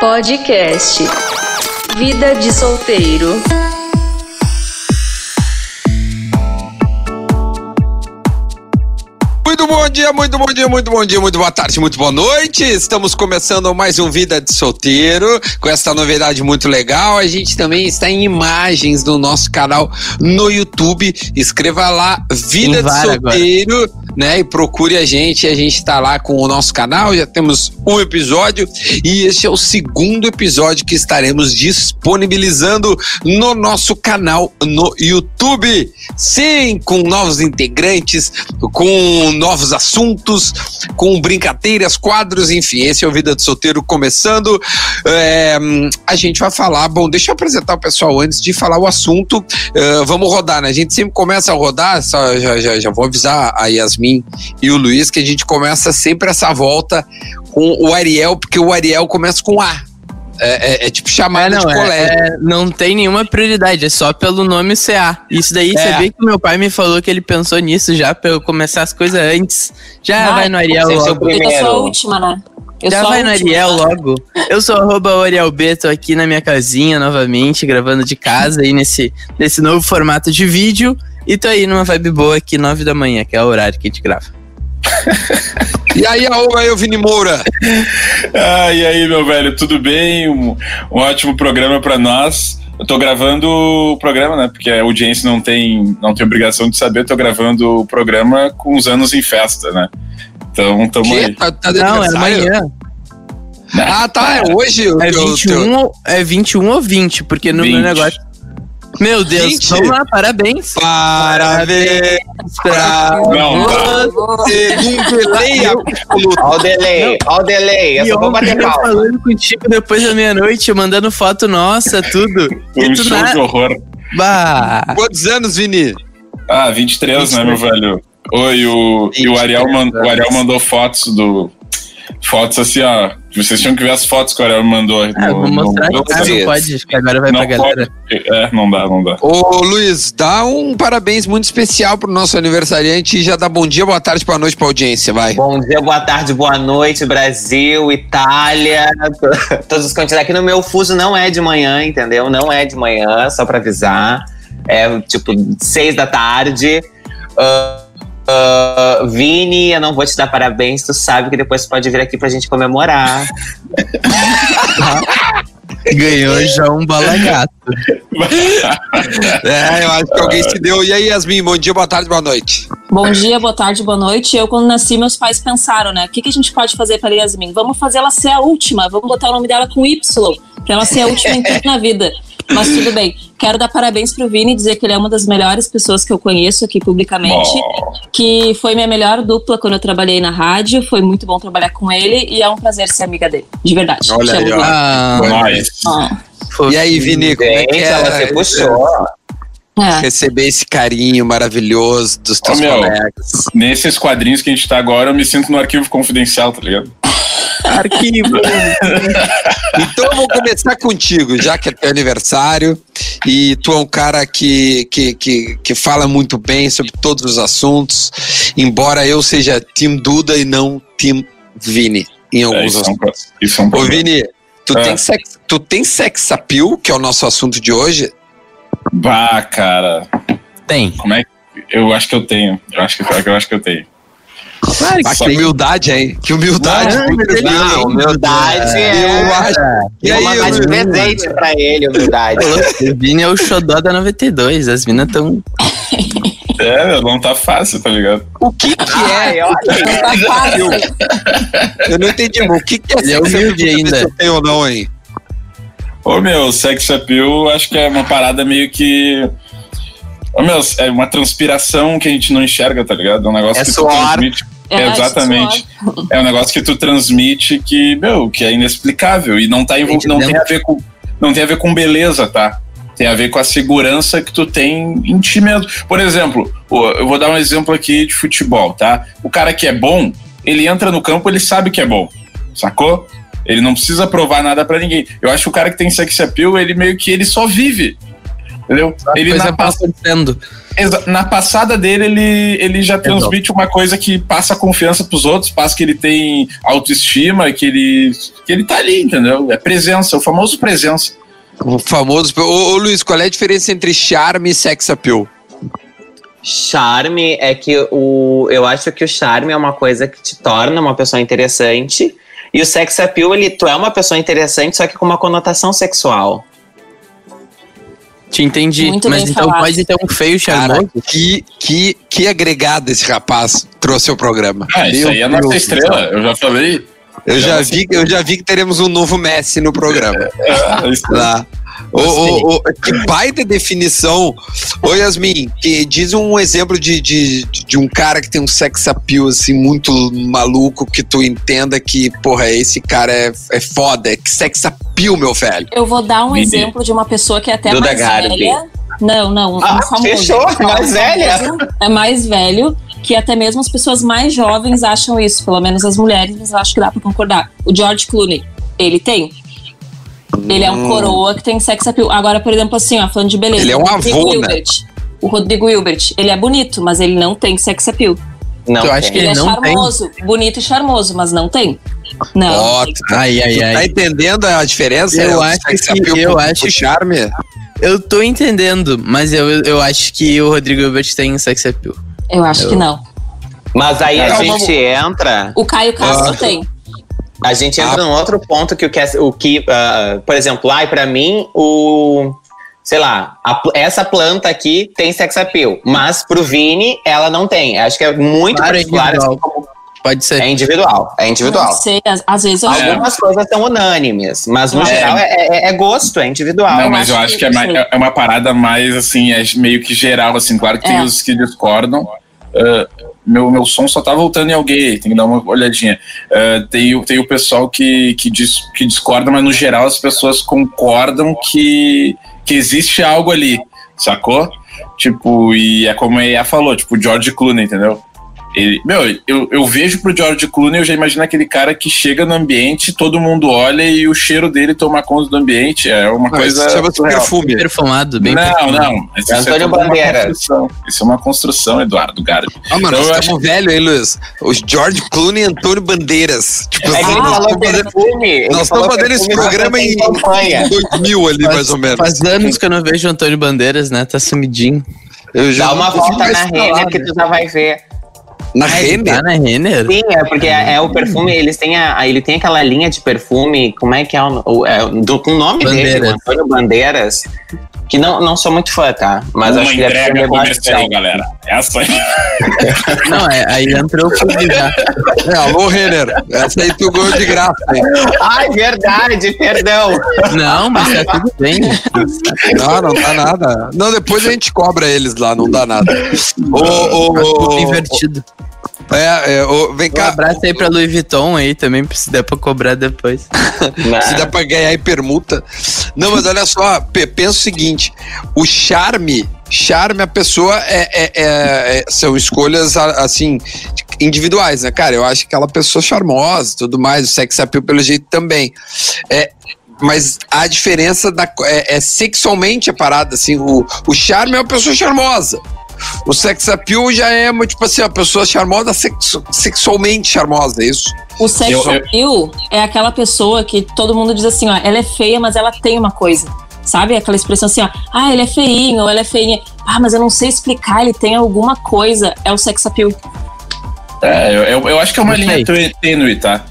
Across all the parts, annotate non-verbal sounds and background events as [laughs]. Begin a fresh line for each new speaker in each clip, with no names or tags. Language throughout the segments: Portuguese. Podcast Vida de Solteiro.
Muito bom dia, muito bom dia, muito bom dia, muito boa tarde, muito boa noite. Estamos começando mais um Vida de Solteiro com essa novidade muito legal. A gente também está em imagens no nosso canal no YouTube. Escreva lá Vida de
Invara agora.
Solteiro, né? E procure a gente. A gente está lá com o nosso canal. Já temos um episódio e este é o segundo episódio que estaremos disponibilizando no nosso canal no YouTube. Sim, com novos integrantes, com novos assuntos, com brincadeiras, quadros, enfim. Esse é o Vida de Solteiro começando. É, hum, a gente vai falar. Bom, deixa eu apresentar o pessoal antes de falar o assunto. É, vamos rodar, né? A gente sempre começa a rodar, só, já, já, já vou avisar a Yasmin e o Luiz que a gente começa sempre essa volta com o Ariel, porque o Ariel começa com A. É, é- é tipo chamada
É, não,
de
é-
colégio.
é, não tem nenhuma prioridade, é só pelo nome CA. Isso daí,
É.
você vê que meu pai me falou que ele pensou nisso já pra eu começar as coisas antes. Já
Não,
vai no Ariel
eu
logo.
Eu sou a última, né? Eu
Já
sou a
vai no
última.
Ariel logo. Eu sou arroba Ariel B, tô aqui na minha casinha novamente, gravando de casa aí nesse, nesse novo formato de vídeo. E tô aí numa vibe boa aqui, 9 da manhã, que é o horário que a gente grava.
E aí, arroba eu, Vini Moura.
É Ah, e aí, meu velho, tudo bem? Um, um ótimo programa pra nós. Eu tô gravando o programa, né? Porque a audiência não tem, não tem obrigação de saber. Eu tô gravando o programa com os anos em festa, né? Então, tamo
Que?
aí.
Tá, tá de
Não, é
aniversário?
amanhã.
Ah, tá, é hoje. o
É
teu- teu-
21, ou- é 21 ou 20, porque no meu
20.
negócio. Meu Deus,
20?
vamos lá, parabéns.
Parabéns pra
Não, tá
Nossa,
você. Não peleia.
Olha o delay, olha o delay. Eu
e
só vou
ontem
bater
eu
palma.
falando contigo depois da meia-noite, mandando foto nossa, tudo.
um
E tu tá?
show de
nada.
horror.
Bah.
Quantos anos, Vini?
Ah, 23, né, meu velho? Oi, o, e o Ariel, man- o Ariel mandou fotos do. Fotos assim, ó. Vocês tinham que ver as fotos que o Ariel mandou.
Ah,
no-
vou mostrar
no-
que ah,
dizer.
não pode, acho que agora vai
Não
pra galera.
É, não dá, não dá.
Ô, Luiz, dá um parabéns muito especial pro nosso aniversariante e já dá bom dia, boa tarde, boa noite pra audiência, vai.
Bom dia, boa tarde, boa noite, Brasil, Itália, [laughs] todos os continentes. Aqui no meu fuso não é de manhã, entendeu? Não é de manhã, só pra avisar. É tipo seis da tarde. Ah, ah, Vini, eu não vou te dar parabéns, tu sabe que depois tu pode vir aqui pra gente comemorar.
Ganhou já um bala gato.
É, eu acho que alguém se deu. E aí, Yasmin, bom dia, boa tarde, boa noite.
Bom dia, boa tarde, boa noite. Eu, quando nasci, meus pais pensaram, né? O que, que a gente pode fazer pra Yasmin? Vamos fazer ela ser a última. Vamos botar o nome dela com Y, pra ela ser a última em tudo na vida. Mas tudo bem. Quero dar parabéns pro Vini e dizer que ele é uma das melhores pessoas que eu conheço aqui publicamente.
Ó,
Que foi minha melhor dupla quando eu trabalhei na rádio. Foi muito bom trabalhar com ele e é um prazer ser amiga dele. De verdade.
Olha aí, ó.
Ah,
nós.
Ah,
fofinho.
E aí, Vini, como [laughs] é que
Gente, ela
é
se puxou.
é.
receber esse carinho maravilhoso dos teus
Ô, meu.
colegas?
Nesses quadrinhos que a gente tá agora, eu me sinto no arquivo confidencial, tá ligado?
Arquivo.
Então eu vou começar contigo, já que é teu aniversário e tu é um cara que, que, que, que fala muito bem sobre todos os assuntos, embora eu seja Tim Duda e não Tim Vini em
É,
alguns
isso, é um,
assuntos.
pro- isso é um
Ô
problema.
Vini, tu,
É.
tem sex, tu tem sex appeal, que é o nosso assunto de hoje?
Bah, cara.
Tem.
Como é que. Eu acho que eu tenho. Eu acho que, pior que eu acho que eu tenho.
Claro
Ah,
que
que
tem.
humildade, hein? Que humildade.
Não,
muito
mas ele-
humilde.
Não, humildade
eu
é.
acho. E
Eu vou
aí,
mandar de
Luiz?
presente pra ele, humildade.
O Vini é o xodó da 92. As minas tão.
É, meu, não tá fácil, tá ligado?
o que que é?
Ai, olha.
Então tá
Eu, eu não entendi, mas o que que é
Ele é
sex appeal?
humilde
Deixa eu ver
ainda.
se eu tenho ou não, hein?
Ô, meu, sex appeal, acho que é uma parada meio que. Ô, meu, é uma transpiração que a gente não enxerga, tá ligado? É um negócio
É
que tu
suor.
transmite.
É,
É, exatamente. É um negócio que tu transmite que, meu, que é inexplicável e não tá envol-
Gente,
não
não.
tem a ver com não tem a ver com beleza, tá? Tem a ver com a segurança que tu tem em ti mesmo. Por exemplo, o- eu vou dar um exemplo aqui de futebol, tá? O cara que é bom, ele entra no campo, ele sabe que é bom. Sacou? Ele não precisa provar nada pra ninguém. Eu acho que o cara que tem sex appeal, ele meio que ele só vive. Entendeu? Ele
coisa
na, pa-
acontecendo.
exa- na passada dele, ele, ele já transmite uma coisa que passa confiança pros outros, passa que ele tem autoestima, que ele, que ele tá ali, entendeu? É presença, o famoso presença.
O famoso. Ô, ô, Luiz, qual é a diferença entre charme e sex appeal?
Charme é que o. Eu acho que o charme é uma coisa que te torna uma pessoa interessante. E o sex appeal, ele, tu é uma pessoa interessante, só que com uma conotação sexual.
Te entendi.
Muito
mas
bem
então
falado.
pode ter um feio
Cara,
charmoso.
que, que, que agregado esse rapaz trouxe ao programa.
Ah, isso
Meu
aí é a nossa
Deus do
estrela,
céu.
eu já falei.
Eu já, vi, eu já vi que teremos um novo Messi no programa.
Ah, isso-
Lá. Ô, ô, ô, que baita definição. Ô, Yasmin, que diz um exemplo de, de, de um cara que tem um sex appeal assim, muito maluco, que tu entenda que, porra, esse cara é, é foda. É que sex appeal, meu velho.
Eu vou dar um
Mini.
exemplo de uma pessoa que é até
Duda
mais
Garbi.
velha. Não, não, um
Ah,
famoso.
fechou, é mais velha.
famoso, É mais velho, que até mesmo as pessoas mais jovens acham isso, pelo menos as mulheres, mas eu acho que dá pra concordar. O George Clooney, ele tem. Ele é um coroa que tem sex appeal. Agora, por exemplo, assim, ó, falando de beleza.
Ele é um
o Rodrigo
avô, né?
Hilbert. O Rodrigo Hilbert, ele é bonito, mas ele não tem sex appeal.
Não.
Eu acho
tem.
Ele,
Ele
é
não tem?
charmoso, bonito e charmoso, mas não tem. Não.
Ó,
tem.
tu
Ai, ai,
tá
ai.
entendendo a diferença?
Eu
É o
acho
sex
que-
appeal
eu
pro-
acho
pro
que-
charme?
Eu tô entendendo, mas eu, eu acho que o Rodrigo Hilbert tem sex appeal.
Eu acho que não.
Mas aí a
Ah,
Não,
gente
vamos-
entra.
O Caio Castro
Ah.
tem.
A gente entra
Ah.
num outro ponto que o que, o que ah, por exemplo, ai, pra mim, o. Sei lá, a pl- essa planta aqui tem sex appeal, mas pro Vini ela não tem. Acho que é muito
Claro, é
particular.
individual.
assim, como-
Pode ser.
É individual. É individual.
Não sei, às, às vezes
É,
eu acho que
Algumas coisas são unânimes, mas no
É.
geral é, é- é gosto, é individual.
Não, mas eu acho que é, mais- é uma parada mais assim, é meio que geral, assim, claro que tem
É.
os que discordam. Ah, meu, meu som só tá voltando em alguém, aí, tem que dar uma olhadinha. Ah, tem, o- tem o pessoal que, que, diz, que discorda, mas no geral as pessoas concordam que, que existe algo ali, sacou? Tipo, e é como a EA falou, tipo, o George Clooney, entendeu? Ele, meu, eu, eu vejo pro George Clooney, eu já imagino aquele cara que chega no ambiente, todo mundo olha e o cheiro dele toma conta do ambiente. É uma
Não,
coisa.
isso chama-se
surreal.
perfume.
Perfumado, é bem né?
não,
perfumado.
não. Isso
Antônio
tudo uma
Bandeira.
construção. Isso é uma construção, Eduardo Garbi.
Ah, mano,
Então,
nós
tá
eu
estamos velhos, hein, Luiz? O George Clooney e Antônio Bandeiras. Tipo,
É que ele
nós
falou
estamos fazendo-
perfume. ele
nós
falou
estamos fazendo esse
perfume, mas
programa
tem
em
[laughs]
campanha.
2000 ali, mais ou menos.
Faz anos que eu não vejo o Antônio Bandeiras, né? Tá sumidinho.
Eu já
Dá uma
não consigo
volta
mais
na
falar, né?
Renner que tu já vai ver.
Na
Ah, ele
Renner?
Tá na Renner?
Sim, é porque é, é o perfume, eles têm a, a- ele tem aquela linha de perfume, como é que é o, o- é, do, com o nome dele,
Bandeiras.
o Antônio Bandeiras, que não, não sou muito fã, tá? Mas
uma
acho que deve
entrega
ser
comercial,
bastante.
galera. Essa aí.
Não, é, aí entrou o Clube já.
É, alô, Renner. Essa aí tu ganhou de graça, hein?
Ai, verdade, perdão.
Não, mas tá tudo bem.
Não, não dá nada. Não, depois a gente cobra eles lá, não dá nada. Ô,
Tá tudo
ô, ô,
invertido.
é, é, ô, vem
Um
cá.
abraço aí pra Louis Vuitton aí também, se der pra cobrar depois.
Se
Mas-
dá pra ganhar em permuta. Não, mas olha só, pe- pensa o seguinte: o charme, charme, a pessoa é, é- é- é- são escolhas a- assim individuais, né, cara? Eu acho que aquela pessoa charmosa, e tudo mais, o sex appeal pelo jeito também. É, mas a diferença da co- é, é sexualmente a parada, assim, o, o charme é uma pessoa charmosa. O sex appeal já é, tipo assim, uma pessoa charmosa, sexu- sexualmente charmosa, é isso?
O sex
Eu- eu-
appeal é aquela pessoa que todo mundo diz assim, ó, ela é feia, mas ela tem uma coisa. Sabe? Aquela expressão assim, ó, ah, ele é feinho, ou ela é feinha. Ah, mas eu não sei explicar, ele tem alguma coisa. É o sex appeal.
É, eu, eu, eu acho que é uma
Ok.
linha tê- tênue, tá?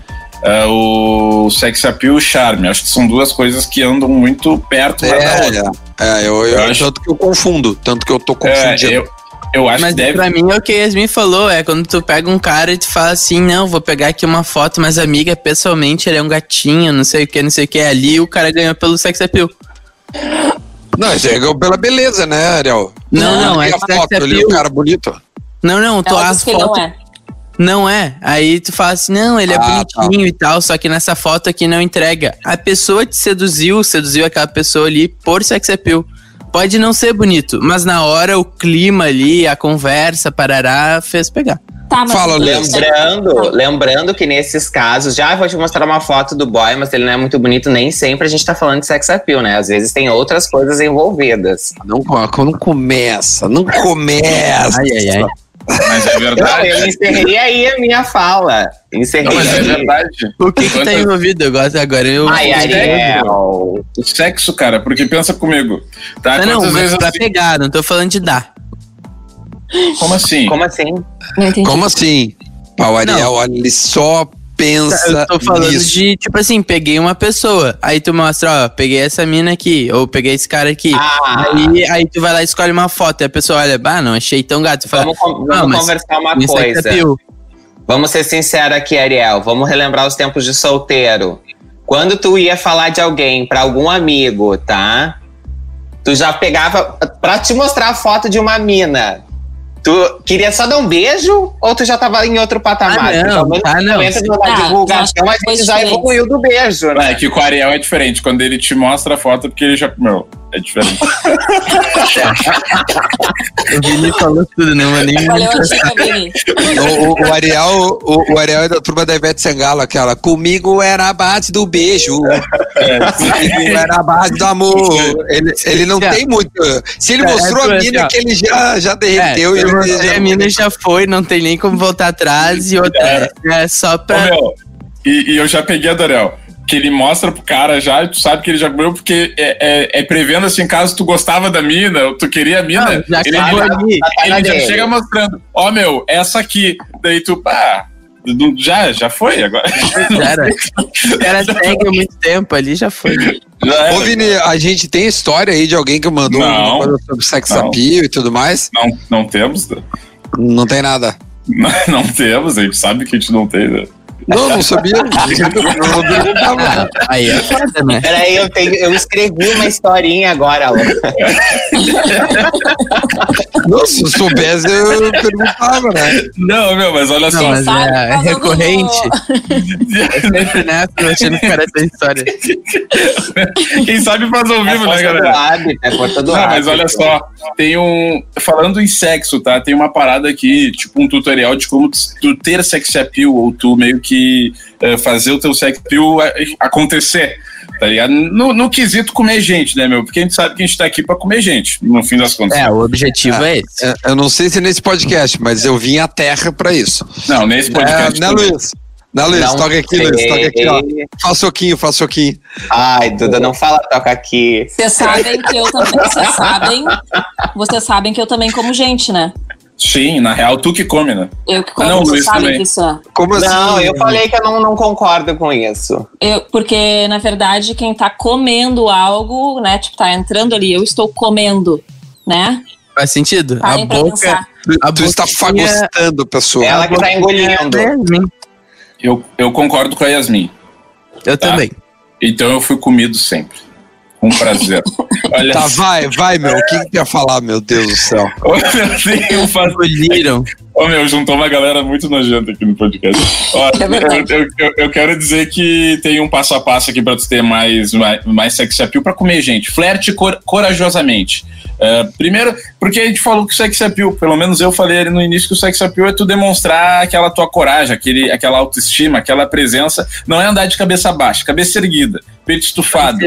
Ah, o sex appeal e o charme. Acho que são duas coisas que andam muito perto uma da outra.
É, é, é, eu, eu,
Eu acho-
tanto que eu confundo, tanto que eu tô confundindo.
É, eu, eu acho
Mas
que deve.
pra mim é o que a Yasmin falou, é quando tu pega um cara e tu fala assim, não, vou pegar aqui uma foto, mas amiga, pessoalmente ele é um gatinho, não sei o que, não sei o que, ali o cara ganhou pelo sex appeal.
Não, isso é pela beleza, né, Ariel?
Não,
Não,
não, é
a
sex
foto ali, o
appeal.
cara bonito.
Não, não, tu
Ela
a
diz que ele não
foto
é.
Não é. Aí tu fala assim, não, ele é
Ah,
bonitinho e tal, só que nessa foto aqui não entrega. A pessoa te seduziu, seduziu aquela pessoa ali por sex appeal. Pode não ser bonito, mas na hora o clima ali, a conversa, parará, fez pegar.
Tá, mas
Fala,
tudo bem,
Leandro.
segue-
Lembrando, lembrando que nesses casos, já vou te mostrar uma foto do boy, mas ele não é muito bonito, nem sempre a gente tá falando de sex appeal, né? Às vezes tem outras coisas envolvidas.
Não, não começa, não começa.
Ai, ai, ai.
Mas é
Não, [laughs]
verdade.
Tá? eu encerrei aí a minha fala. Encerrei
Não, mas é
aí.
verdade.
O que que tá envolvido? Eu gosto agora. Eu,
Ai, Ariel.
O sexo, cara, porque pensa comigo. Tá?
Não, não,
Quantas
mas
vezes
pra
assim-
pegar, não tô falando de dar.
Como assim?
Como assim?
Não
é
entendi.
Como assim? Pau Ariel, olha, ele só pensa
Eu tô falando
nisso.
de, tipo assim, peguei uma pessoa. Aí tu mostra, ó, peguei essa mina aqui, ou peguei esse cara aqui.
Ah,
Aí, aí tu vai lá e escolhe uma foto. E a pessoa olha, bah, não achei tão gato. Tu fala,
vamos, con-
Não,
Ah,
vamos
mas
conversar uma
"Isso é
coisa.
appeal."
Vamos ser sinceros aqui, Ariel. Vamos relembrar os tempos de solteiro. Quando tu ia falar de alguém pra algum amigo, tá? Tu já pegava pra te mostrar a foto de uma mina. Tu queria só dar um beijo ou tu já tava em outro patamar?
Ah, não,
Pelo
ah,
menos
não.
entra na
Ah,
divulgação,
eu
a
acho que
gente
foi
já
diferente.
evoluiu do beijo,
Ah,
né?
É que com o Ariel é diferente. Quando ele te mostra a foto, porque ele já. Meu, é diferente.
O Vini falou tudo, não
[laughs]
vou nem
Valeu a dica, Vini.
O, o- o Ariel, o, o Ariel é da turma da Ivete Sangalo, aquela. Comigo era a base do beijo, comigo
[laughs]
É,
era a base do amor. Ele, ele não
É.
tem muito. Se ele
É,
mostrou
é,
a
é, é.
mina, que ele já, já
É,
derreteu. e
eu
ele
mostrei,
já-
a mina já foi, não tem nem como voltar atrás. E outra, é só
Ô,
pra.
meu, e, e eu já peguei a do Ariel. Que ele mostra pro cara já, e tu sabe que ele já comeu, porque é, é- é prevendo assim, caso tu gostava da mina, ou tu queria a mina,
Não, já tá
ele,
acabou
ele-
ali.
ele já
dele.
chega mostrando, ó meu, essa aqui. Daí tu, pá, não- já, já foi agora. [laughs]
Já era. O cara segue há muito tempo ali, já foi.
Já era.
Ô, Vini, a gente tem história aí de alguém que mandou
É. Não.
uma coisa sobre sex
Não.
appeal e tudo mais?
Não, não temos, né? [laughs]
Não tem nada.
não, não temos, a gente sabe que a gente não tem, né?
Não, não sabia. Não perguntava.
Aí é foda, né?
Peraí, eu, tenho, eu escrevi uma historinha
[laughs]
agora, ó.
[laughs] Não, se eu soubesse, eu perguntava, né?
Não, meu, mas olha
Não,
só.
mas
sabe,
é, é
mas eu não vou-
recorrente. É sempre nessa, mexendo com o cara da história.
[laughs] Quem sabe faz ao
É
vivo, né,
força do
galera?
hábito, é força do
Não,
hábito.
mas olha só, tem um. Falando em sexo, tá? Tem uma parada aqui, tipo um tutorial de como tu- tu ter sex appeal, ou tu meio que eh, fazer o teu sex appeal a- acontecer. Tá ligado? No, no quesito comer gente, né, meu? Porque a gente sabe que a gente tá aqui pra comer gente, no fim das contas.
É, o objetivo é, esse.
Eu- Eu não sei se nesse podcast, mas eu vim à terra pra isso.
Não, nesse
É,
podcast.
né, Luiz? Né, Luiz?
Não
Toca aqui,
sei.
Luiz. Toca aqui, ó. Faz soquinho, faz soquinho.
Ai, Duda, não fala, toca aqui.
Vocês sabem que eu também. Vocês sabem. Vocês sabem que eu também como gente, né?
Sim, na real, tu que come, né?
Eu que como,
Ah, não,
vocês
Luiz
sabem
também.
que isso é.
Como assim?
Não, eu falei que eu não, não concordo com isso.
Eu- porque, na verdade, quem tá comendo algo, né? Tipo, tá entrando ali, eu estou comendo, né?
Faz sentido? a
Parem pra
boca.
pensar.
Tu,
a
tu está
boquinha-
fagostando, pessoal.
Ela que tá engolindo.
É, né?
Eu, eu concordo com a Yasmin.
Eu
Tá.
também.
Então eu fui comido sempre. Com
[laughs]
prazer. Olha
Tá, vai, vai, meu. O que que tu ia falar, meu Deus do céu?
Olha, [laughs] eu um faço.
Engoliram.
Ô meu, juntou uma galera muito nojenta aqui no podcast. Ó,
[laughs] É verdade.
eu, eu- eu- eu quero dizer que tem um passo a passo aqui pra tu ter mais, mais, mais sex appeal pra comer, gente. Flerte cor- corajosamente. É, primeiro, porque a gente falou que o sex appeal, pelo menos eu falei ali no início que o sex appeal é tu demonstrar aquela tua coragem, aquele, aquela autoestima, aquela presença. Não é andar de cabeça baixa, cabeça erguida, peito estufado.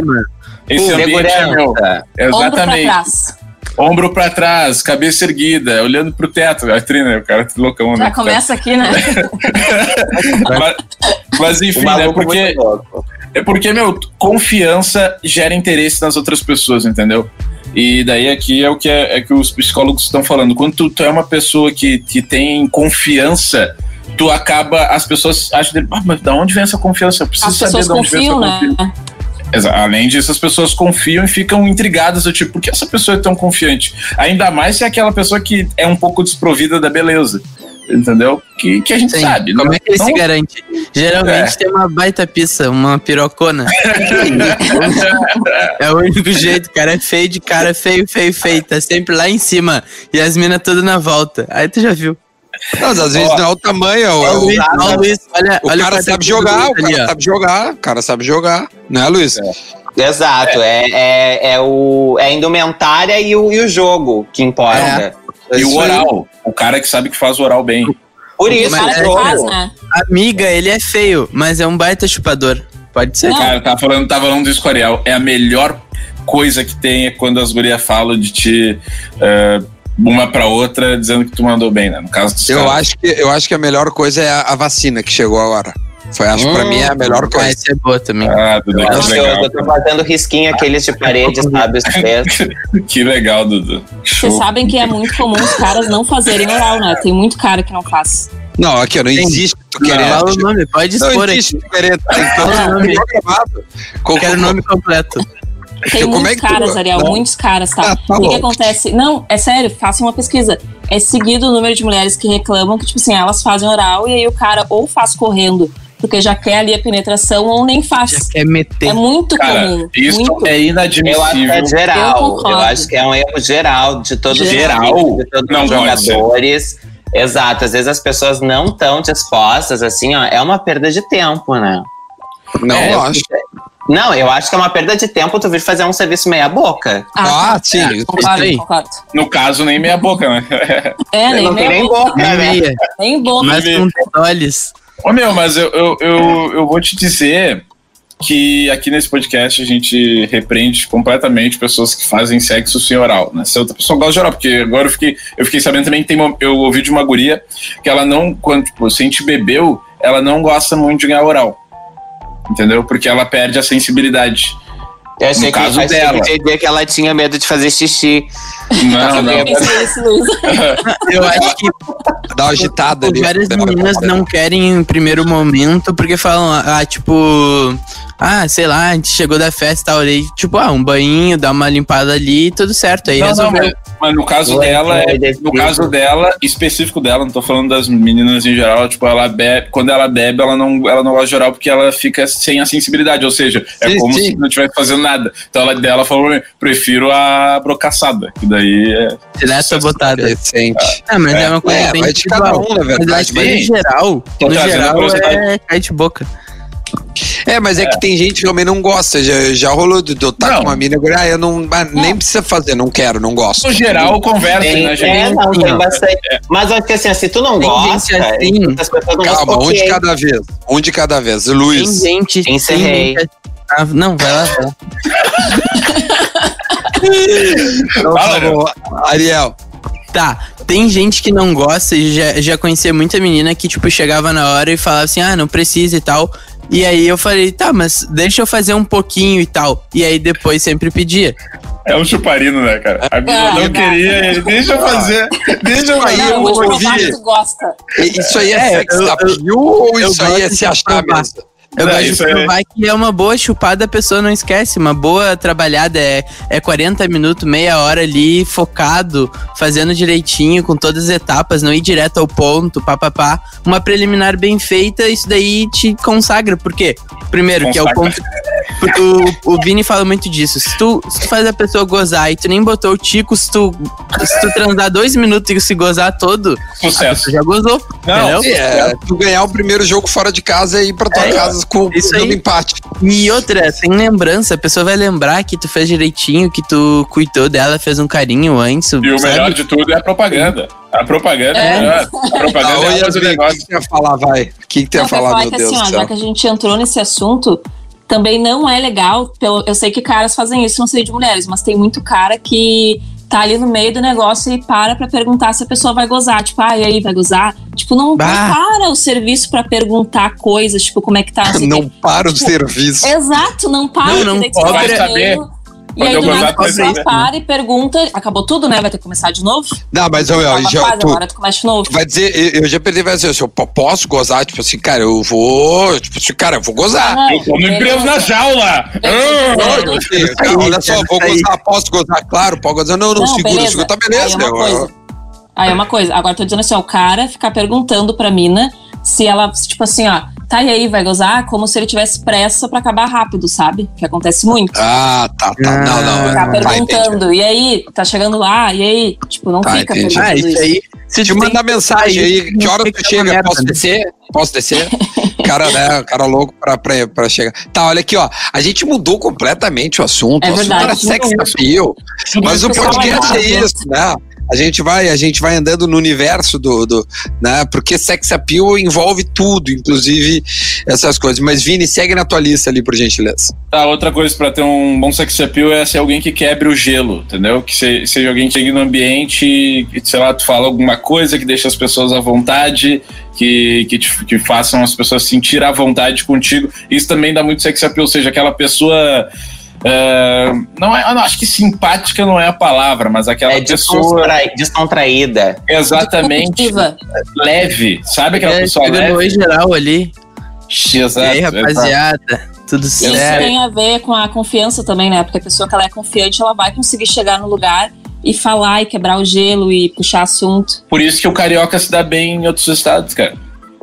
Esse ambiente é meu.
Segurança.
Ombro pra
Exatamente.
trás.
Ombro pra trás, cabeça erguida, olhando pro teto. A trina, o cara tá loucão, né?
Já começa aqui, né?
Mas, mas
O
enfim, né?
maluco
Porque,
muito louco.
é porque, meu, confiança gera interesse nas outras pessoas, entendeu? E daí aqui é o que, é, é que os psicólogos estão falando. Quando tu, tu é uma pessoa que, que tem confiança, tu acaba. As pessoas acham dele, ah, mas da onde vem essa confiança? Eu preciso
é
As
saber
pessoas
de onde vem essa
confiam,
confiança.
né?
Exa- Além disso, as pessoas confiam e ficam intrigadas, do tipo, por que essa pessoa é tão confiante? Ainda mais se é aquela pessoa que é um pouco desprovida da beleza, entendeu? Que, que a gente
Sim.
sabe.
Como
não-
é que ele
não-
se garante?
É.
Geralmente tem uma baita pizza, uma
[laughs]
pirocona. é o único jeito, cara é feio de cara, feio, feio, feio. Tá sempre lá em cima. E as minas tudo na volta. Aí tu já viu.
Não, às vezes
Ó.
não é o tamanho. é o-
Olha o Luiz,
cara-
olha o Luiz, olha,
o
olha
cara
quadradinho
sabe jogar,
do
o
Luiz
cara
ali, ó.
sabe jogar, o cara sabe jogar, né, Luiz?
Exato, é, é, é, o, é a indumentária e o, e o jogo que importa.
E o
Isso aí.
oral, o cara que sabe que faz o oral bem.
Por isso,
o cara que
é,
faz,
jogo.
né?
Amiga, ele é feio, mas é um baita chupador. Pode
É,
ser.
Não.
Cara, tava falando, tava falando do Escorial. É a melhor coisa que tem é quando as gurias falam de ti eh, uma pra outra dizendo que tu mandou bem, né? No caso dos
Eu
caras.
acho, que, eu acho que a melhor coisa é a, a vacina que chegou agora. Foi, acho que pra
Hum.
mim é a melhor
Ah,
coisa.
essa é boa também.
Ah, Dudu,
Eu, é
que legal.
eu tô fazendo risquinho aqueles de parede, sabe? Os pés.
Que legal, Dudu. Que
Vocês
Show.
sabem que é muito comum os caras não fazerem oral, né? Tem muito cara que não faz.
Não, aqui, ó, não existe tu querer.
Fala o nome, pode
Não,
expor aqui.
existe tu querer. Tem
Fala o
todo
nome.
mundo programado. Co-
Quero o
co-
nome completo.
Tem
Como
muitos
é que tu-
caras, Ariel,
Não.
muitos caras, tá?
Ah,
o que,
tá
que
louco.
acontece? Não, é sério, façam uma pesquisa. É seguido o número de mulheres que reclamam que, tipo assim, elas fazem oral e aí o cara ou faz correndo, porque já quer ali a penetração, ou nem
Já
faz.
quer meter.
É muito
Cara,
comum.
isso
muito.
é
Eu acho que
inadmissível.
é
Eu
geral. Eu,
concordo.
acho que é um erro geral de todos
Geral?
os times, de todos
Não
os
pode ser.
jogadores. Exato, às vezes as pessoas não estão dispostas, assim, ó, é uma perda de tempo, né?
Não,
É, eu-
acho.
Não, eu acho que é uma perda de tempo tu vir fazer um serviço meia boca.
Ah,
tá.
Ah, sim. isso
concordo,
sei.
concordo.
No caso, nem meia boca, né? [laughs]
É, nem,
não tem nem
nem,
boca,
Nem
né?
meia,
nem boca.
mas com olhos.
Ô meu, mas eu, eu, eu, eu vou te dizer que aqui nesse podcast a gente repreende completamente pessoas que fazem sexo sem oral, né? Se outra pessoa gosta de oral, porque agora eu fiquei, eu fiquei sabendo também que tem uma, eu ouvi de uma guria que ela não, quando tipo, se a gente bebeu, ela não gosta muito de ganhar oral. Entendeu? Porque ela perde a sensibilidade.
Eu achei
No
que,
caso
achei
dela.
que, eu ia dizer que ela tinha medo de fazer xixi.
Não,
Eu
não.
pensei isso, Luísa.
Eu acho que
Dá uma agitada ali.
várias meninas não querem em primeiro momento porque falam, ah, tipo, ah, sei lá, a gente chegou da festa, olhei, tipo, ah, um banho, dá uma limpada ali, tudo certo. Aí
Não, não,
resolveu.
mas, mas no caso
Ué,
dela,
ué,
é- no
defesa.
caso dela, específico dela, não tô falando das meninas em geral, tipo, ela bebe, quando ela bebe, ela não, ela não gosta de oral porque ela fica sem a sensibilidade, ou seja, é
Sim,
como
sim.
se não estivesse fazendo nada. Então ela dela falou, pra mim, prefiro a brocaçada, que daí é.
direto a botada.
Recente.
Ah, mas é,
É,
uma coisa
É,
bem
vai de cada
individual.
um, na
Mas eu
verdade.
acho que no
Sim.
geral,
Tô
no
trazendo
geral
curiosidade.
é cai de boca.
É, mas é, que tem gente que também não gosta. Já, já rolou de de eu estar
Não.
com uma mina e agora, ah, eu não, ah, nem precisa fazer, não quero, não gosto.
No geral, conversa,
Tem,
né,
é,
gente? É.
não, tem bastante. Mas eu acho que assim, ó, se tu não
Tem
gosta,
gente assim.
as pessoas não
Calma,
gostam,
um de
ok.
cada vez. Um de cada vez.
Tem
Luiz.
gente. assim, tem
Encerrei.
gente- Ah, não, vai lá, vai lá.
Então, por
é um
favor, Ariel.
Tá, tem gente que não gosta e já, já conhecia muita menina que, tipo, chegava na hora e falava assim, ah, não precisa e tal. E aí eu falei, tá, mas deixa eu fazer um pouquinho e tal. E aí depois sempre pedia.
É um chuparino, né, cara? A menina não
não.
queria, ele, deixa eu fazer, deixa eu
Aí
Não,
fazer.
eu vou te
ouvi.
provar que tu gosta.
E- Isso aí é,
É,
sex
eu-
appeal ou
eu
isso aí é
gosto
se
de
achar
provar.
mesmo?
Eu
Não,
gosto de
É, isso aí-
provar que é uma boa chupada, a pessoa não esquece. Uma boa trabalhada é, é 40 minutos, meia hora ali, focado, fazendo direitinho, com todas as etapas, não ir direto ao ponto, papapá. Uma preliminar bem feita, isso daí te consagra. Por quê? Primeiro, que é o ponto. O, o Vini fala muito disso. Se tu, se tu faz a pessoa gozar e tu nem botou o tico, se tu, se tu transar dois minutos e se gozar todo, tu
Sucesso.
já gozou.
Não,
entendeu?
É, tu ganhar o primeiro jogo fora de casa e ir pra tua
É,
casa com
isso
dando
aí.
empate.
E outra, sem lembrança, a pessoa vai lembrar que tu fez direitinho, que tu cuidou dela, fez um carinho antes.
E o
sabe?
melhor de tudo é a propaganda. A propaganda é,
É.
a melhor. A propaganda
Ah,
é
oi,
a base do
Yasmin,
negócio.
O que tu ia falar, vai? O que que tu
Não,
ia
pra
falar,
falar
meu
que
Deus
assim,
do
ó, já
céu?
que a gente entrou nesse assunto, também não é legal. pelo- Eu sei que caras fazem isso, não sei de mulheres, mas tem muito cara que tá ali no meio do negócio e para pra perguntar se a pessoa vai gozar. Tipo, ah, e aí, vai gozar? Tipo, não
Bah.
para o serviço pra perguntar coisas, tipo, como é que tá. sei o
[laughs] Não para o
Tipo,
serviço.
quê. Exato, não para. que
Não, não
daí tu tá
cobra.
Vai saber.
olhando, E
Quando
aí,
eu
do
gozar,
nada, a
tu vai
pessoa
saber.
para e pergunta. Acabou tudo, né? Vai ter que começar de novo?
Não, mas eu,
Tava
eu, já,
quase,
tu,
agora tu começa de novo.
tu vai dizer, eu, eu já perdi vai dizer, assim, eu po- posso gozar? Tipo assim, cara, eu vou. Tipo assim, cara, eu vou gozar.
Não, é
Eu como empresa na jaula!
beleza.
Ah!
Não, eu sei, cara, olha só, vou gozar, posso gozar, claro, pode gozar. Não, não, segura, segura, tá beleza.
Aí é
eu-
uma coisa. Aí é uma coisa. Agora tô dizendo assim, ó, o cara ficar perguntando pra mina se ela, se, tipo assim, ó, tá e aí, vai gozar? Como se ele tivesse pressa pra acabar rápido, sabe? Que acontece muito.
Ah, tá, tá. Não, não.
Ficar
tá, entendi.
perguntando, e aí, tá chegando lá, e aí? Tipo, não
Tá,
fica
entendi.
Ah,
perguntando isso.
isso aí. Se
Te
tu tem-
mandar mensagem aí, que hora
Fica
tu chega?
uma
Posso
merda.
descer? Posso descer? Cara, né? Cara louco pra, pra, pra chegar. Tá, olha aqui, ó. A gente mudou completamente o assunto.
É
o assunto
verdade,
era
mudou
sex
isso.
appeal. Mas o
Pessoal,
podcast
vai
é
lá,
isso, né? A gente vai, a gente vai andando no universo do, do né? Porque sex appeal envolve tudo, inclusive essas coisas. Mas Vini, segue na tua lista ali, por gentileza.
Tá, outra coisa pra ter um bom sex appeal é ser alguém que quebre o gelo, entendeu? Que se- seja alguém que chegue no ambiente e, sei lá, tu fala alguma coisa que deixa as pessoas à vontade, que, que, te- que façam as pessoas sentir à vontade contigo. Isso também dá muito sex appeal, ou seja, aquela pessoa. ah, não é, eu não, acho que simpática não é a palavra, mas aquela
É
pessoa
descontra- descontraída.
exatamente
Ativa.
leve, sabe aquela
É,
pessoa
chega no
leve?
oi geral ali.
Exato, é
e aí, rapaziada, tudo
Isso
certo.
tem a ver com a confiança também, né? Porque a pessoa que ela é confiante, ela vai conseguir chegar no lugar e falar e quebrar o gelo e puxar assunto.
Por isso que o carioca se dá bem em outros estados, cara.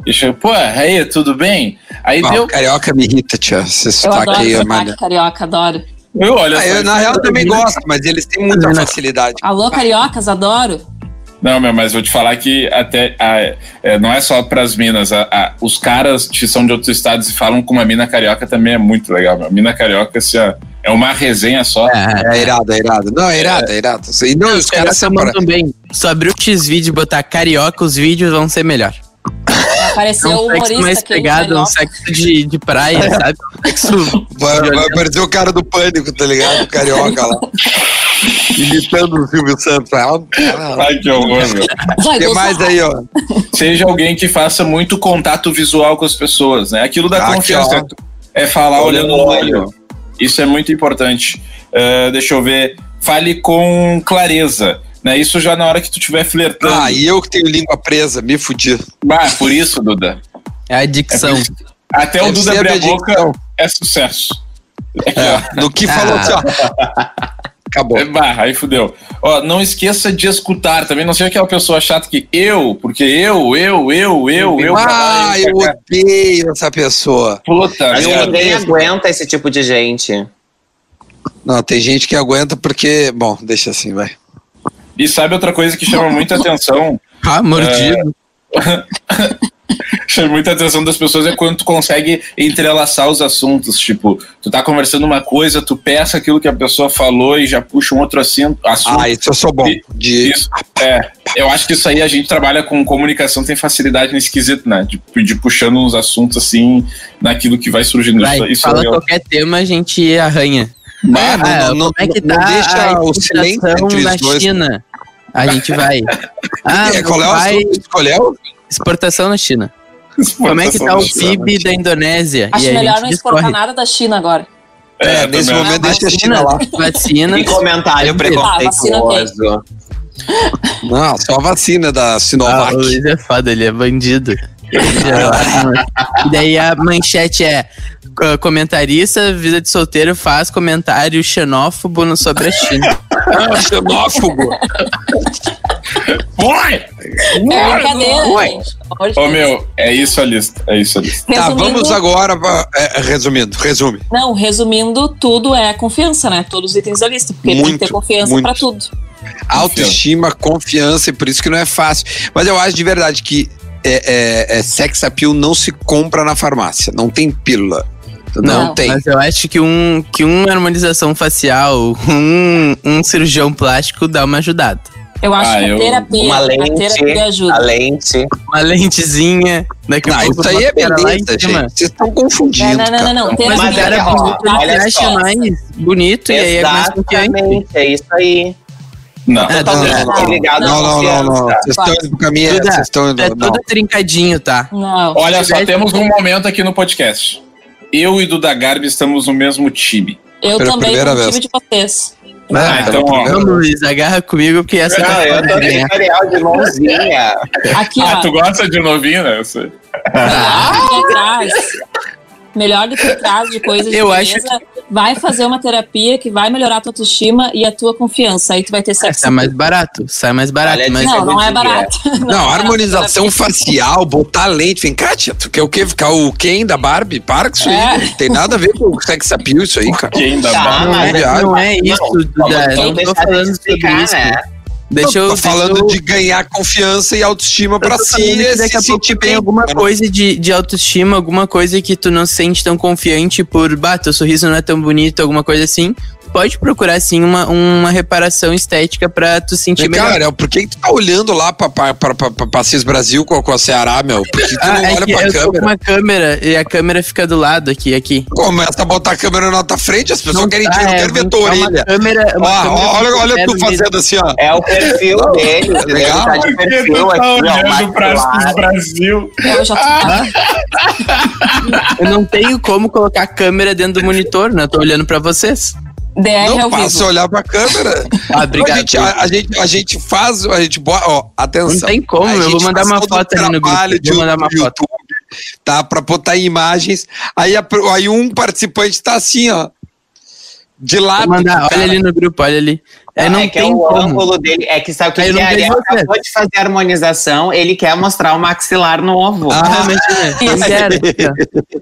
Deixa eu, pô, aí, tudo bem? Aí
Ah,
deu.
Carioca me irrita, tia. Esse
Eu
sotaque
adoro
aí,
sotaque
mano.
carioca, adoro.
Eu, olha
Ah,
só.
eu, na real, também gosto, mas eles têm muita facilidade.
Alô, cariocas, adoro.
Não, meu, mas vou te falar que até. ah, é, não é só pras minas. a- a- os caras que são de outros estados e falam com uma mina carioca também é muito legal, meu. Mina carioca, assim, ó, é uma resenha só.
É irado, é irado. Não, é irado, é irado. E não, os caras são.
mandam bem. Se abrir o X-Vídeo e botar carioca, os vídeos vão ser melhor. É
Apareceu é o
um sexo
humorista
mais
aqui,
pegado, um
carioca.
sexo de, de praia,
É.
sabe? Um sexo
Vai, vai parecer o cara do pânico, tá ligado? O carioca lá. Imitando o Silvio Santos. Ah, cara,
Ai, que horror, meu.
Vai,
Tem
Gonçalo.
mais aí, ó.
Seja alguém que faça muito contato visual com as pessoas, né? Aquilo da
Aqui,
confiança.
ó.
É falar olhando no
Olha,
olho. Isso é muito importante. Ah, deixa eu ver. Fale com clareza. Né? Isso já na hora que tu estiver flertando.
Ah, e eu que tenho língua presa, me fudi.
Ah, por isso, Duda.
é adicção.
Até o
Deve
Duda
ser a
abrir a
minha
boca
dicção.
é sucesso.
É, no que falou assim, ó. Acabou.
É barra, aí fudeu. Ó, não esqueça de escutar também. Não seja aquela pessoa chata que eu, porque eu, eu, eu, eu, eu. pra lá,
ah, eu
pra cá.
odeio essa pessoa.
Puta,
Acho que
merda.
ninguém aguenta esse tipo de gente.
Não, tem gente que aguenta porque. Bom, deixa assim, vai.
E sabe outra coisa que chama muita atenção?
Ah, mordido.
Chama muita atenção das pessoas é quando tu consegue entrelaçar os assuntos. Tipo, tu tá conversando uma coisa, tu peça aquilo que a pessoa falou e já puxa um outro assin- assunto.
Ah, isso eu sou bom. De...
Isso. É, eu acho que isso aí a gente trabalha com comunicação, tem facilidade nesse quesito, né? De, de puxando uns assuntos assim, naquilo que vai surgindo.
Vai,
isso isso
fala
é legal.
qualquer tema, a gente arranha.
Ah, não,
Ah,
não, não,
como é que
não
tá
deixa
a
o silêncio
exportação
entre
da
os dois.
China? A gente vai. Ah,
É, qual é o
vai
assunto que escolheu?
exportação na China. Como é que tá o PIB da Indonésia?
Acho
a
melhor
gente
não exportar
discorre.
nada da China agora.
É,
É,
nesse
também.
momento deixa a China
Vacina,
lá.
vacina.
E comentário
vacina
preconceituoso.
Não, só a vacina da
Ah, o
Sinovac.
Luiz é foda, ele é bandido. Ele é lá, e daí a manchete é co- comentarista, vida de solteiro, faz comentário xenófobo no- sobre a China.
[laughs] Ah, xenófobo. Tá,
Põe!
É brincadeira,
Ué.
gente. Pelo amor de
Ô
Deus.
meu, é isso a lista. É isso a lista.
Tá,
Resumindo-
vamos agora. pra- é, resumindo, resume.
Não, resumindo, tudo é confiança, né? Todos os itens da lista. Porque tem
Muito,
que ter confiança
muito.
pra tudo.
Autoestima, confiança, e por isso que não é fácil. Mas eu acho de verdade que é, é, é, sex appeal não se compra na farmácia. Não tem pílula. Não,
Não,
tem.
Mas eu acho que um que uma harmonização facial, um, um cirurgião plástico dá uma ajudada.
Eu acho
Ah,
que
eu-
a terapia,
uma
a
lente,
terapia
A
ajuda.
lente.
Uma lentezinha, daqui a
Não,
pouco
isso aí é
bota o cara lá em
beleza,
cima.
gente. Vocês estão
não,
confundindo.
não, não,
cara.
não. Terapia.
Mas
Mas
era
é, ó,
bonito, ele
olha
se acha
só.
é mais bonito e aí é mais confiante.
Exatamente, é isso aí.
Não.
É,
Não,
Totalmente
não,
ligado à
Não, não, não, não.
confiança.
Vocês estão indo pro caminho.
Duda,
Vocês estão indo.
é
não.
todo trincadinho, tá?
Não.
Olha só, temos um momento aqui no podcast. Eu e Duda Garbi estamos no mesmo time.
Eu
Pela
também
primeira
sou do
vez.
time de vocês.
Ah, então, ó.
Vamos, Luiz, agarra comigo, porque essa
Não,
tá
eu
foda,
tô
né?
tutorial de mãozinha.
Aqui,
Ah,
ó.
tu gosta de novinho, né? Eu sei.
Ah,
Melhor do que atrás. Melhor do que atrás de coisas de
[laughs] Eu
beleza. Vai fazer uma terapia que vai melhorar a tua autoestima e a tua confiança. Aí tu vai ter sexo.
Sai mais barato, sai mais barato.
Olha,
mas
dica.
Não, não é
Entendi,
barato.
Não, harmonização facial, botar lente. Vem cá, tia, tu quer o quê? Ficar o Ken da Barbie? Para com isso
É.
aí. Não tem nada a ver com sex appeal isso aí, cara.
Quem dá
Tá,
barra?
não é
mas
viado.
não é isso, Duda.
Vamos
Eu não tô
deixar de
falando sobre
explicar,
isso.
né?
Deixa eu.
tô falando
deixa eu-
de ganhar confiança e autoestima
eu
pra
tô
si
falando que
e
daqui
se
a pouco
sentir
tem
bem.
alguma
Não,
coisa de, de autoestima, alguma coisa que tu não se sente tão confiante por, bah, teu sorriso não é tão bonito, alguma coisa assim. pode procurar, sim, uma, uma reparação estética pra tu sentir melhor.
Cara, por que que tu tá olhando lá pra, pra, pra, pra, pra, pra Cis Brasil com, a- com a Ceará, meu? Por que tu
Ah,
não
é
olha
que
pra
eu tô com
câmera?
uma câmera e a câmera fica do lado aqui, aqui.
Começa a botar a câmera na tua frente, as pessoas querem te
dá,
não
é,
querem ver
vamos
tua
botar uma
orelha.
câmera-
Ó,
uma câmera
ó, olha, olha tu
zero metro.
fazendo assim, ó.
É o perfil dele. Ele
legal.
tá de
Por que
perfil
tu
aqui,
tá
ó.
olhando pra
maculado.
Cis Brasil?
Eu já tô...
Ah, Eu não tenho como colocar a câmera dentro do monitor, né? Eu tô olhando pra vocês. É,
DR
Não
ao
passa a
vivo.
olhar pra câmera.
Ah, obrigado.
A gente, a, a gente, a gente faz, a gente bota, ó, atenção.
Não tem como,
A
eu vou
gente
mandar
faz
uma
todo
foto
o
ali no grupo,
trabalho de
vou mandar uma
YouTube, Tá, pra botar imagens. Aí, a- aí um participante tá assim, ó. De lado.
Vou mandar,
cara.
olha ali no grupo, olha ali.
Ah,
É, não
é que é
tem
o
como.
ângulo dele. É que sabe o que
Aí
que
não
é?
tem
Ele
você.
acabou de fazer a harmonização, ele quer mostrar o maxilar novo.
Ah, imagina. [laughs] Não quero. aqui, ó.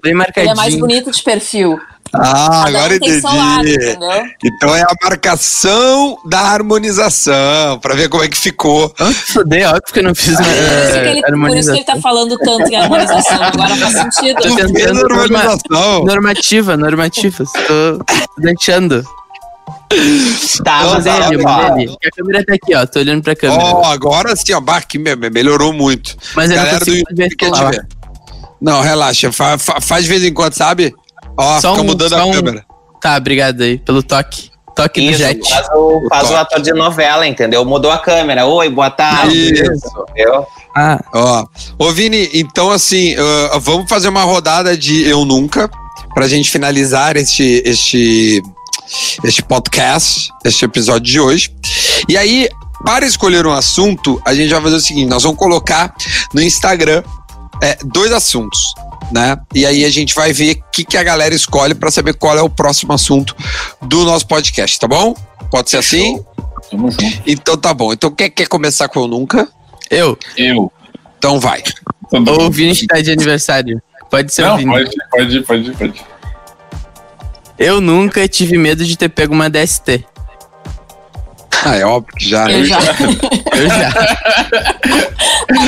Bem
Ele né? é mais
marcadinho.
bonito de perfil.
Ah,
Cada um
agora
tem
entendi.
seu lado, entendeu?
Então é a marcação da harmonização, pra ver como é que ficou.
[laughs] Fudei, óbvio que eu não fiz uma,
Por isso que ele-
eh,
por isso que
harmonização.
ele tá falando tanto em harmonização. Agora faz sentido.
Tô
Tu fez a
tentando norma,
harmonização.
[laughs] normativa, normativas. Tô deixando.
tá,
Não,
Mas
mas
tá,
é
ele,
tá,
ó,
tá.
mas ele. A câmera tá aqui, ó. Tô olhando pra câmera.
Ó, agora sim, ó, bah, que me- me- melhorou muito.
mas eu não
Galera do
consigo mais ver
YouTube é quer te
lá.
ver. Não, relaxa, fa- fa- faz de vez em quando, sabe? Ó,
Só
fica
um-
mudando
só
a
um-
câmera.
Tá, obrigado aí pelo toque. Toque do
isso,
jet.
faz, o, faz o
toque.
ator de novela, entendeu? Mudou a câmera. Oi, boa tarde.
Isso.
Entendeu?
Ah,
Ó, ô Vini, então assim, ah, vamos fazer uma rodada de Eu Nunca, pra gente finalizar este, este, este podcast, este episódio de hoje. E aí, para escolher um assunto, a gente vai fazer o seguinte, nós vamos colocar no Instagram é, dois assuntos, né? E aí a gente vai ver o que, que a galera escolhe pra saber qual é o próximo assunto do nosso podcast, tá bom? Pode ser assim?
Tamo junto.
Então tá bom. Então quem quer começar com Eu Nunca?
eu.
Eu.
Então vai. [laughs]
Tá bom.
Ou o Vini que tá de aniversário. Pode ser o
Não,
Vini.
pode, pode, pode, pode.
Eu nunca tive medo de ter pego uma DST.
Ah, é óbvio que já. né?
Eu já.
[laughs]
Eu
[laughs]
já.
Tá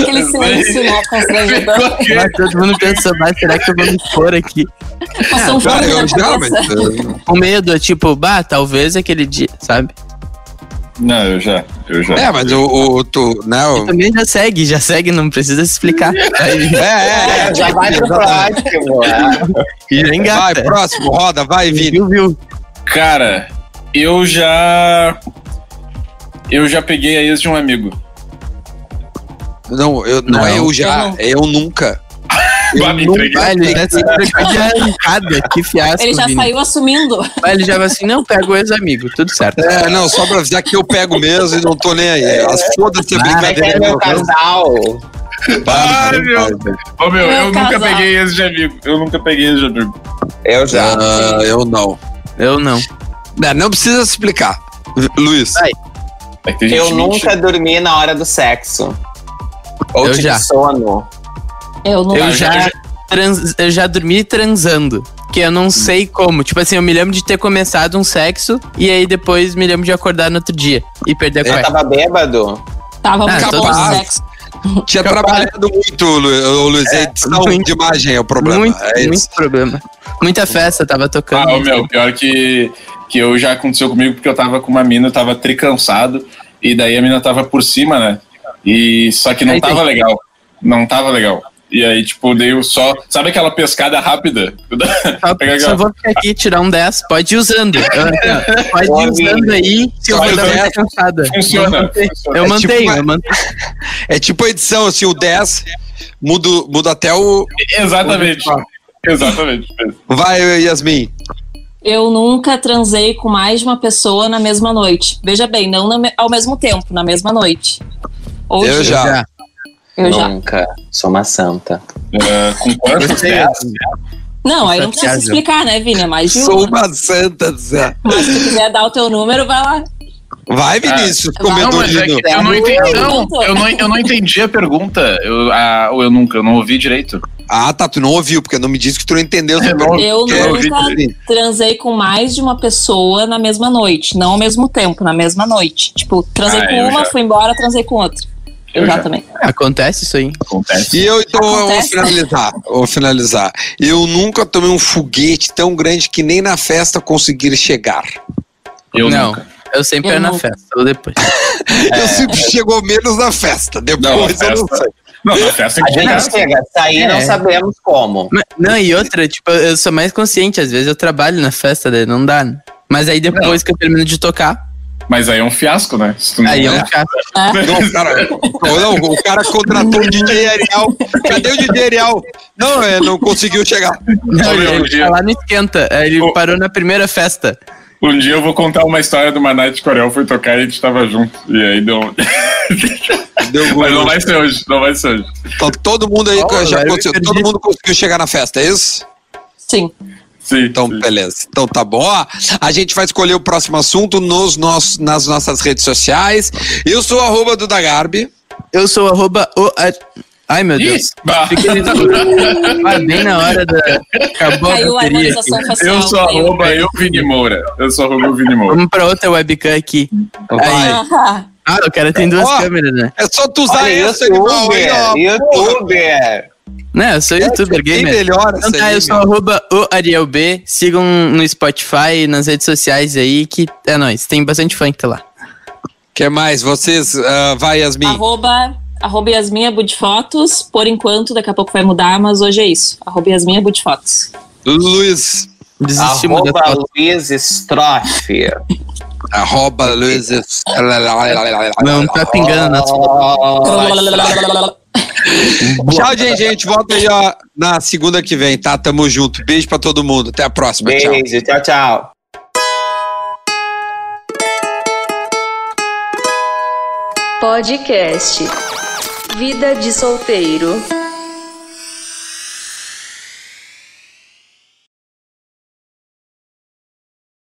Aquele silêncio mó constrangedor.
Mas todo mundo pensou, mas será que eu vou me expor aqui?
Passou um
Cara,
filme
eu
na
já, mas,
cabeça.
eh,
Com medo, tipo, bah, talvez aquele dia, sabe?
Não, eu já. Eu já.
É, mas o, o, o tu, né?
E
o-
também já segue, já segue, não precisa se
[laughs]
explicar. Aí,
É, é, é.
Já vai pro
exatamente.
próximo. né?
já
Vai,
engata.
próximo, roda, vai, Vini.
viu, viu?
Cara, eu já. Eu já peguei a ex de um amigo.
Não, eu, não,
Não.
é eu já, é eu nunca.
Bah, me entreguei.
Vai, ele já se entregou né? de arrancada, que fiasco,
Ele já
Vini.
saiu assumindo.
Vai, ele já vai assim, não, pega o ex-amigo, tudo certo.
É, não, só pra avisar que eu pego mesmo e não tô nem aí. As foda-se a
Como é
Ah,
que é
brincadeira.
meu
não, não,
casal?
Ai,
não,
meu.
não, não.
Ô, meu,
Meu
eu nunca
casal.
peguei ex de amigo. Eu nunca peguei ex de amigo.
Eu já.
Ah, Eu não.
Eu não.
Não, É, não precisa se explicar. Luiz.
Vai.
É que tem gente
Eu
mentira.
nunca dormi na hora do sexo. Ou
Eu
tive
já.
sono.
Eu não.
Eu
eu Tá, já-
já, trans- eu já dormi transando. Que eu não sei como. Tipo assim, eu me lembro de ter começado um sexo e aí depois me lembro de acordar no outro dia e perder a
Eu
cueca.
tava bêbado.
Tava
Ah,
muito bom o
capaz.
sexo.
Tinha trabalhado muito, Lu- ô, Luiz. A edição
muito.
de imagem é o problema.
Muito,
é isso.
muito problema. Muita festa tava tocando.
Ah, ô, meu, pior que, que eu já aconteceu comigo porque eu tava com uma mina, eu tava tricansado, e daí a mina tava por cima, né? E só que não
Aí tem.
tava legal. Não tava legal. E aí, tipo, dei o só. Sabe aquela pescada rápida? [laughs]
Só,
Pega
só
aquela-
vou ficar aqui e tirar um 10. Pode ir
[laughs]
usando. Eu- assim, Pode ir usando aí que eu
Só
vou dar uma
10.
descansada.
Funciona,
Eu mantenho,
funciona.
eu
É tipo
mantenho.
uma-
eu mantenho.
É tipo a edição, assim, o 10 muda, muda até o.
Exatamente. Exatamente.
Vai, Yasmin.
Eu nunca transei com mais de uma pessoa na mesma noite. Veja bem, não na me- ao mesmo tempo, na mesma noite. Hoje,
Eu já.
Eu já.
Nunca. Sou uma santa.
É, com quantos?
Você-
Dez?
Não, aí não precisa se explicar, né, Vini? É mais de
Sou
uma.
uma santa, Zé.
Mas se tu quiser dar o teu número, vai lá.
Vai, Vinícius,
Vai.
comedorino.
Ah, Não, mas é que eu não entendi. Não, eu não, eu não entendi a pergunta. Eu, a, ou eu nunca, eu não ouvi direito.
Ah, tá, tu não ouviu, porque não me disse que tu não entendeu. essa
Eu
pergunta.
Eu
É, eu
vi
nunca
direito.
transei com mais de uma pessoa na mesma noite. Não ao mesmo tempo, na mesma noite. Tipo, transei
Ah,
com
eu
uma,
já.
fui embora, transei com outra. Eu,
Eu
já,
já.
também.
Acontece isso aí.
Acontece.
E eu, então, eu vou
Acontece.
finalizar. Vou finalizar. Eu nunca tomei um foguete tão grande que nem na festa conseguir chegar.
Eu
não.
nunca.
Eu sempre
Eu
é na
nunca.
festa, ou depois.
Eu sempre chegou menos na festa.
É. Não, na
Depois eu não
festa.
sei.
Não, na festa é
A
que
gente
gasta.
chega, sair
É.
não sabemos como.
Mas- não, e outra, tipo, eu eu sou mais consciente, às vezes eu trabalho na festa, daí não dá. né? Mas aí depois que eu termino de tocar,
Mas aí é um fiasco, né? Se tu não-
aí é um eu não faço.
Não, cara, não, o cara contratou o DJ Ariel. Cadê o DJ Ariel? Não, é, não conseguiu chegar.
Não,
Olha, um
ele
dia-
tá lá no esquenta. aí Ele
Ô.
parou na primeira festa.
Um dia eu vou contar uma história do Maná de Corel, foi tocar e a gente tava junto. E aí deu. um-
Deu
[laughs] Mas
ruim.
não vai ser hoje, não vai ser hoje.
Então, todo mundo aí
Olha,
já
eu
aconteceu.
perdi.
Todo mundo conseguiu chegar na festa, é isso?
Sim.
Sim.
Então,
sim.
beleza. Então tá bom. Ó, a gente vai escolher o próximo assunto nos nossos, nas nossas redes sociais. Eu sou arroba Duda Garbi.
Eu sou arroba o. a- Ai, meu
Ih,
Deus.
bah.
Fiquei desculpa. Ah, bem na hora da. Acabou a
Caiu a
bateria. aqui.
harmonização facial.
Eu sou
caiu.
arroba eu, Vini Moura. Eu sou arroba eu, Vini Moura.
Vamos pra outra webcam aqui. Aí.
Ah,
Ah, o cara tem duas
Ó.
câmeras, né?
É só tu usar
Olha,
essa, animal aí, ó.
youtuber, youtuber.
Não, eu
É,
sou youtuber
Bem
gamer.
melhor
Então
essa
tá,
aí,
eu sou arroba o Ariel B. Sigam no Spotify, nas redes sociais aí, que é nóis. Tem bastante funk lá.
que mais? Vocês, ah, vai, Yasmin.
arroba, arroba Yasmin Abudfotos. Por enquanto, daqui a pouco vai mudar, mas hoje é isso. Arroba Yasmin Abudfotos.
Luiz.
Desistimos da
Arroba
foto.
Luiz Strofe.
Arroba Luiz.
Não, tá pingando nas fotos.
Tchau, gente, gente. Volta aí, ó, na segunda que vem, tá? Tamo junto. Beijo pra todo mundo. Até a próxima. Tchau.
Beijo, tchau, tchau.
Podcast Vida de Solteiro.